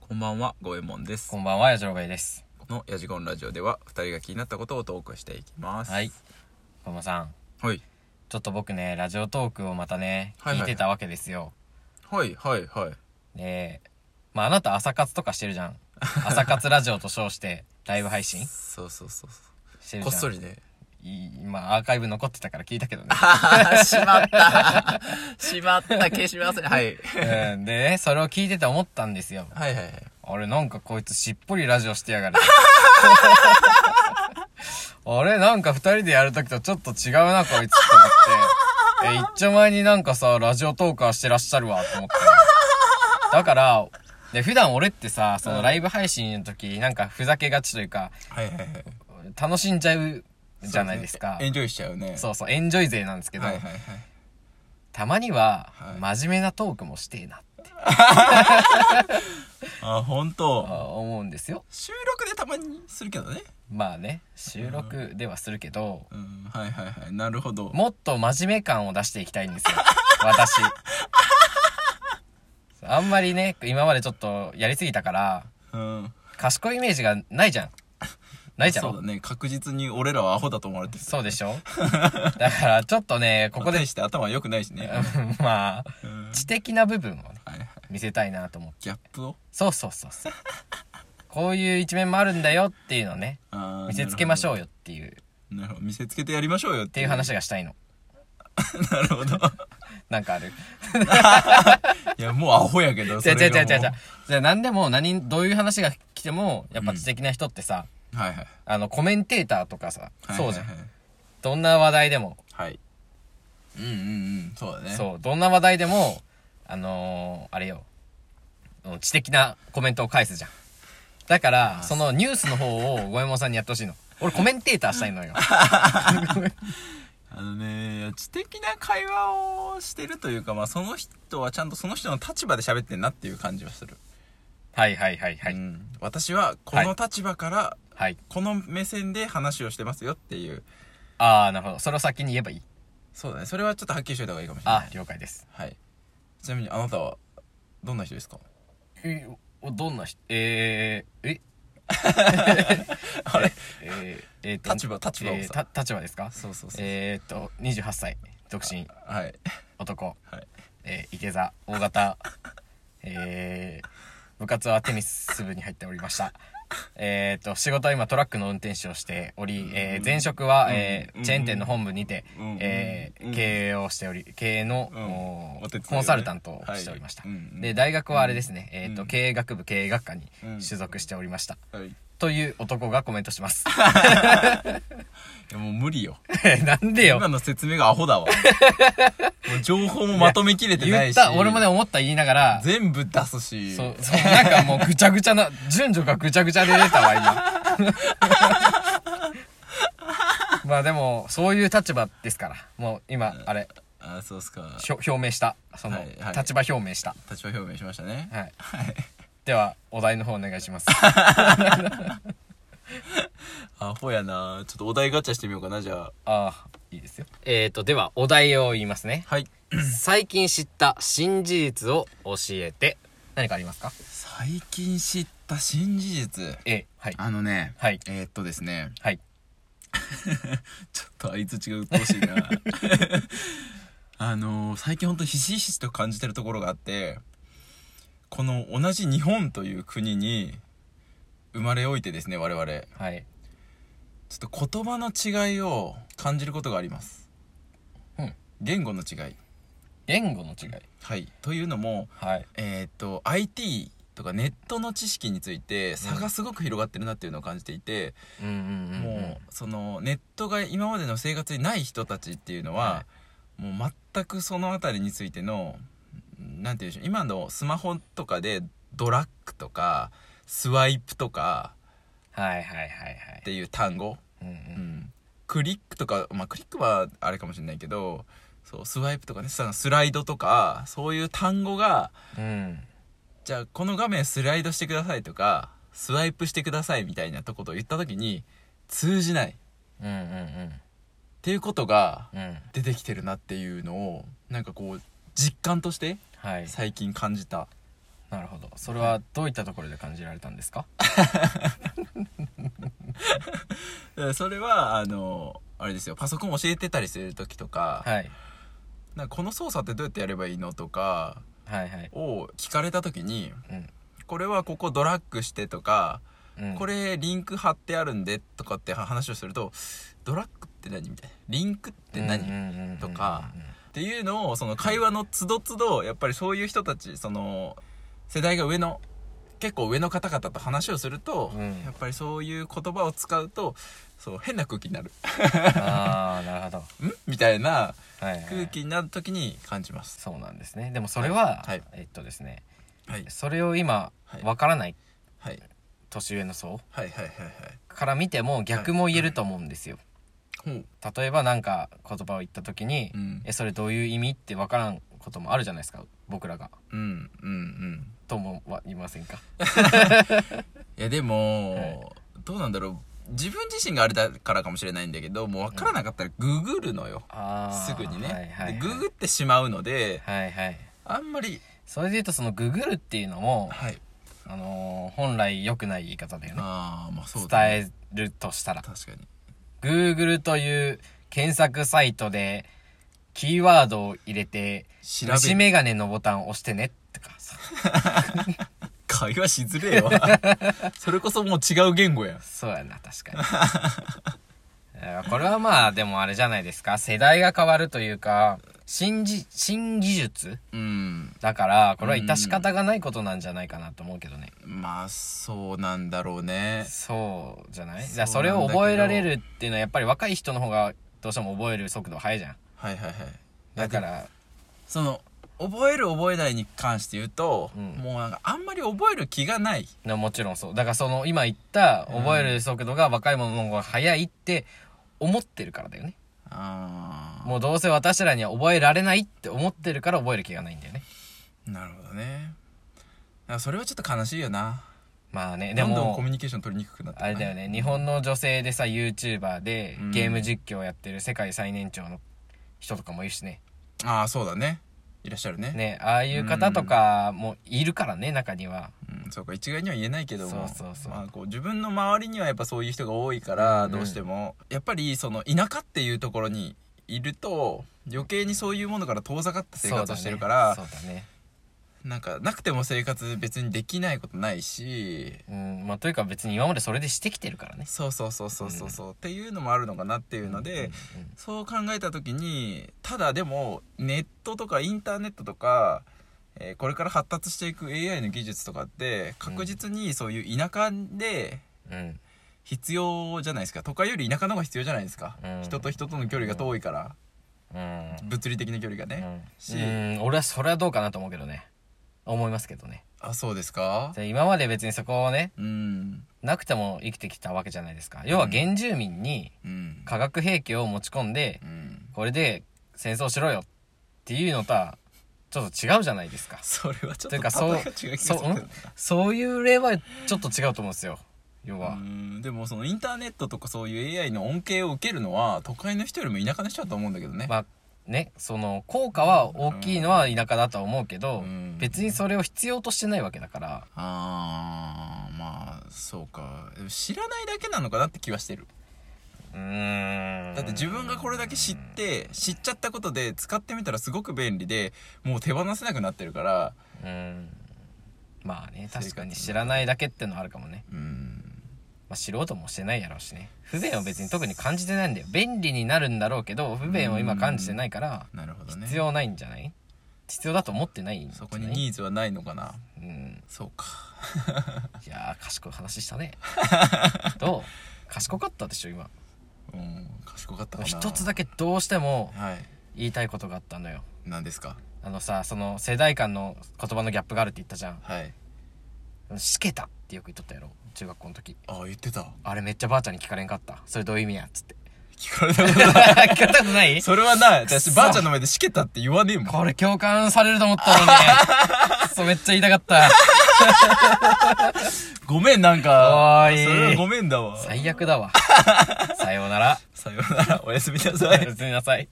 こんばんは、ごえもんですこ。んばんは、やじろべえです。このヤジゴンラジオでは、二人が気になったことをトークしていきます。はい。ごもさん、はい。ちょっと僕ね、ラジオトークをまたね、はいはい聞いてたわけですよ。はい、はい、はい。で、まああなた朝活とかしてるじゃん。朝活ラジオと称して、ライブ配信そうそうそうそしてう。るじゃん。こっそりね。い。まあアーカイブ残ってたから聞いたけどね。あーしまった。 しまった、消しません。はい。うんでね、それを聞いてて思ったんですよ。はい、はい、はい。あれ、なんかこいつしっぽりラジオしてや がる。あれ、なんか二人でやるときとちょっと違うな、こいつって思って。え、一丁前になんかさ、ラジオトーカーしてらっしゃるわ、と思って。だから、で、普段俺ってさ、そのライブ配信の時、なんかふざけがちというか、はい、はい、はい。楽しんじゃうじゃないですか。エンジョイしちゃうね。そうそう、エンジョイ勢なんですけど、はい、はい、はい。たまにははい、真面目なトークもしてえな、あ、本と当。思うんですよ。収録でたまにするけどね。まあね、収録ではするけど、うん、はい、はい、はい。なるほど。もっと真面目感を出していきたい んですよ。私。あんまりね、今までちょっとやりすぎたから、うん。賢いイメージがないじゃん。ないじゃん。そうだね。確実に俺らはアホだと思われてる。そうでしょだから、ちょっとね、ここここで で、して頭良くないしね。まあ、うん知的な部分をね、はいはい。見せたいなと思って。ギャップをそうそうそうそう。こういう一面もあるんだよっていうのをね、見せつけましょょうよっていう、っう。なるほど。見せつけてやりましょうよっていう。話がしたいの。なるほど。なんかある。いや、もうアホや けど、じゃそあじゃれあじゃがあもうじゃあじゃあじゃあ何でも何、どういう話が来ても、やっぱ知的な人ってさ、はいはい。あの、コメンテーターとかさ、そうじゃはいはん。いはい。どんな話題でも、はい。うんうんうん。そうだね。そう、どんな話題でも、あのー、あれよ、うん知的なコメントを返すじゃん。だから、そのニュースの方を五右衛門さんにやってほしいの。俺コメンテーターした いのよ。あのね、知的な会話をしてるというか、まあその人はちゃんとその人の立場で喋ってんなっていう感じはする。はいはいはいはうい。ん私はこの立場から、はい。この目線で話をしてますよっていう。あー、なるほど。それを先に言えばいい。そうだね。それはちょっとはっきりしといた方がいいかもしれないあ。ー、了解です。はい。ちなみにあなたは、どんな人ですかえ、おどんな人、え ー、え、あれえー、えーと、立場立場をさえーた立場ですかそうそうそう。えーと、28歳、独身、はい。男。はい。えー、池座大型、えー、部活はテニス部に入っておりましたえっ、と仕事は今トラックの運転手をしており、えー前職は、えーうんチェーン店の本部にて、うんえーうん経営をしており経営の、うんおーお手伝いをねコンサルタントをしておりました、はいうんで大学はあれですね、えーとうん経営学部経営学科にうん所属しておりました、はい。いという男がコメントします や、もう無理よ。なんでよ今の説明がアホ だわ。もう情報もまとめきれてな言いっし。た俺もね思った言いながら全部出すし。そう、そう、なんかもうぐちゃぐちゃな、順序がぐちゃぐちゃで出たわ、 今。まあでも、そういう立場ですから。もう今、あれ、あ、そうっすか。ひょ表明した。その、はいはい立場表明した。立場表明しましたね。はい。では、お題の方お願いし ます。アホやなちょっとお題ガチャしてみようかな、じゃあ。ああ、いいですよ。えっ、と、では、お題を言いますね。はい。最近知った新事実を教えて。何かありますか最近知った新事実。ええ、はい。あのね。はいえーっとですね。はい。ちょっとあいつ違うっとしいな。 あのー最近ほんとひしひしと感じてるところがあって、この同じ日本という国に生まれおいてですね、我々。ちはい。ょっと言葉の違いを感じることがあります。うん言語の違い。言語の違い。はい。というのも、はい。えーっと、IT とかネットの知識について差がすごく広がってるなっていうのを感じていて、うんうんうん、うん。もうそのネットが今までの生活にない人たちっていうのはは、もう全くその辺りについてのなんていうんでしょう今のスマホとかでドラッグとかスワイプとかはいはいはいはいっ。ていう単語、うんう。うんん、クリックとか、まあ、クリックはあれかもしれないけどそうスワイプとかねさスライドとかそういう単語がうん。じゃあこの画面スライドしてくださいとかスワイプしてくださいみたいなとこと言った時に通じないっうんうんていうことがうんうん出てきてるなっていうのをなんかこう実感としてはい最近感じたなるほどそれはどういったところで感じられたんですかえそれはあのあれですよパソコン教えてたりする時とか,、はいなんかこの操作ってどうやってやればいいのとかはいはいを聞かれた時にうんこれはここドラッグしてとか、うんこれリンク貼ってあるんでとかって話をするとドラッグって何みたいなリンクって何、うんうっんうんうんとかていうのをその会話のつどつどやっぱりそういう人たちその世代が上の結構上の方々と話をすると、うんやっぱりそういう言葉を使うとそう変な空気になるああなるほどんみたいなはいはい空気になる時に感じます。そうなんですねでもそれは、はいえっとですねはい。それを今はいわからないはい。年上の層はいはいはいはい。から見ても逆も言えると思うんですよ、ほう。例えばなんか言葉を言った時に「うんえそれどういう意味?」ってわからんこともあるじゃないですか僕らが。うんうんうん。ともは言いませんかいやでも、どうなんだろう。自分自身があれだからかもしれないんだけど、もう分からなかったらググるのよ。あーすぐにね、はいはいはい、でググってしまうので、はいはいあんまり、それで言うとそのググるっていうのも、はい。あのー本来良くない言い方だよねああ、まあそうだ、ね。伝えるとしたら確かに。 Google という検索サイトでキーワードを入れて調べ虫る。眼鏡のボタンを押してねとかさ会話しづれえわ。 それこそもう違う言語や。そうやな確か にえーこれはまあでもあれじゃないですか世代が変わるというか新じ新技術うん。だからこれは致し方がないことなんじゃないかなと思うけどねまあ、そうなんだろうね。そうじゃないそうじゃあそれを覚えられるっていうのはやっぱり若い人の方がどうしても覚える速度速いじゃんはいはいはい。だからその覚える覚えないに関して言うと、うんもうなんかあんまり覚える気がないなもちろんそうだからその今言ったうん覚える速度が若い者の方が速いって思ってるからだよねあもうどうせ私らには覚えられないって思ってるから覚える気がないんだよねうなるほどねだからそれはちょっと悲しいよなまあねでどんどんもコミュニケーション取りにくくなってあれだよね日本の女性でさ YouTuber でうんゲーム実況やってる世界最年長の人とかもいるしねああそうだねいらっしゃるねねああいう方とかもいるからね中にはうん、そうか一概には言えないけどもそうそうそうまあ、こう自分の周りにはやっぱそういう人が多いから、うんどうしてもやっぱりその田舎っていうところにいると余計にそういうものから遠ざかって生活をしてるから、そうだねなんかなくても生活別にできないことないしそうだねうんまあというか別に今までそれでしてきてるからねそうそうそうそうそうそう、っていうのもあるのかなっていうので、うんうんそう考えた時にただでもネットとかインターネットとか、えーこれから発達していく AI の技術とかって確実にそういう田舎でうん必要じゃないですか都会より田舎の方が必要じゃないですか、うん人と人との距離が遠いからうん物理的な距離がね、しうん、俺はそれはどうかなと思うけどね思いますけどねあそうですかで今まで別にそこをねうんなくても生きてきたわけじゃないですか要は原住民にうん化学兵器を持ち込んでうんこれで戦争しろよっていうのとはちょっと違うじゃないですかそれはちょっといとうかそう例えが違う気がすそるけどなうそういう例はちょっと違うと思うんですよ要うはんでもそのインターネットとかそういう AI の恩恵を受けるのは都会の人よりも田舎の人だと思うんだけどね、まあねその効果は大きいのは田舎だとは思うけうどん別にそれを必要としてないわけだからああまあそうかでも知らないだけなのかなって気はしてるうーんだって自分がこれだけ知って知っちゃったことで使ってみたらすごく便利でもう手放せなくなってるからうんまあね生活確かに知らないだけってのはあるかもね、うんまあ、知ろうともしてないやろうしね不便を別に特に感じてないんだよ便利になるんだろうけど不便を今感じてないからなるほどね必要ないんじゃない必要だと思ってないんじゃそないこにニーズはないのかなうんそうかいやー賢い話し たねどう賢かったでしょ今うん賢かったかな一つだけどうしてもはい言いたいことがあったのよ何ですかあのさその世代間の言葉のギャップがあるって言ったじゃんはい「しけた」ってよく言っとったやろ中学校の時ああ言ってたあれめっちゃばあちゃんに聞かれんかったそれどういう意味やっつって 聞かれたことない聞かれたことないそれはない。私、くそばあちゃんの前でしけたって言わねえもん。これ共感されると思ったのにねそうめっちゃ言いたかったごめん、なんか。おーいそれはごめんだわ。最悪だわさようならさようなら。おやすみなさい。おやすみなさい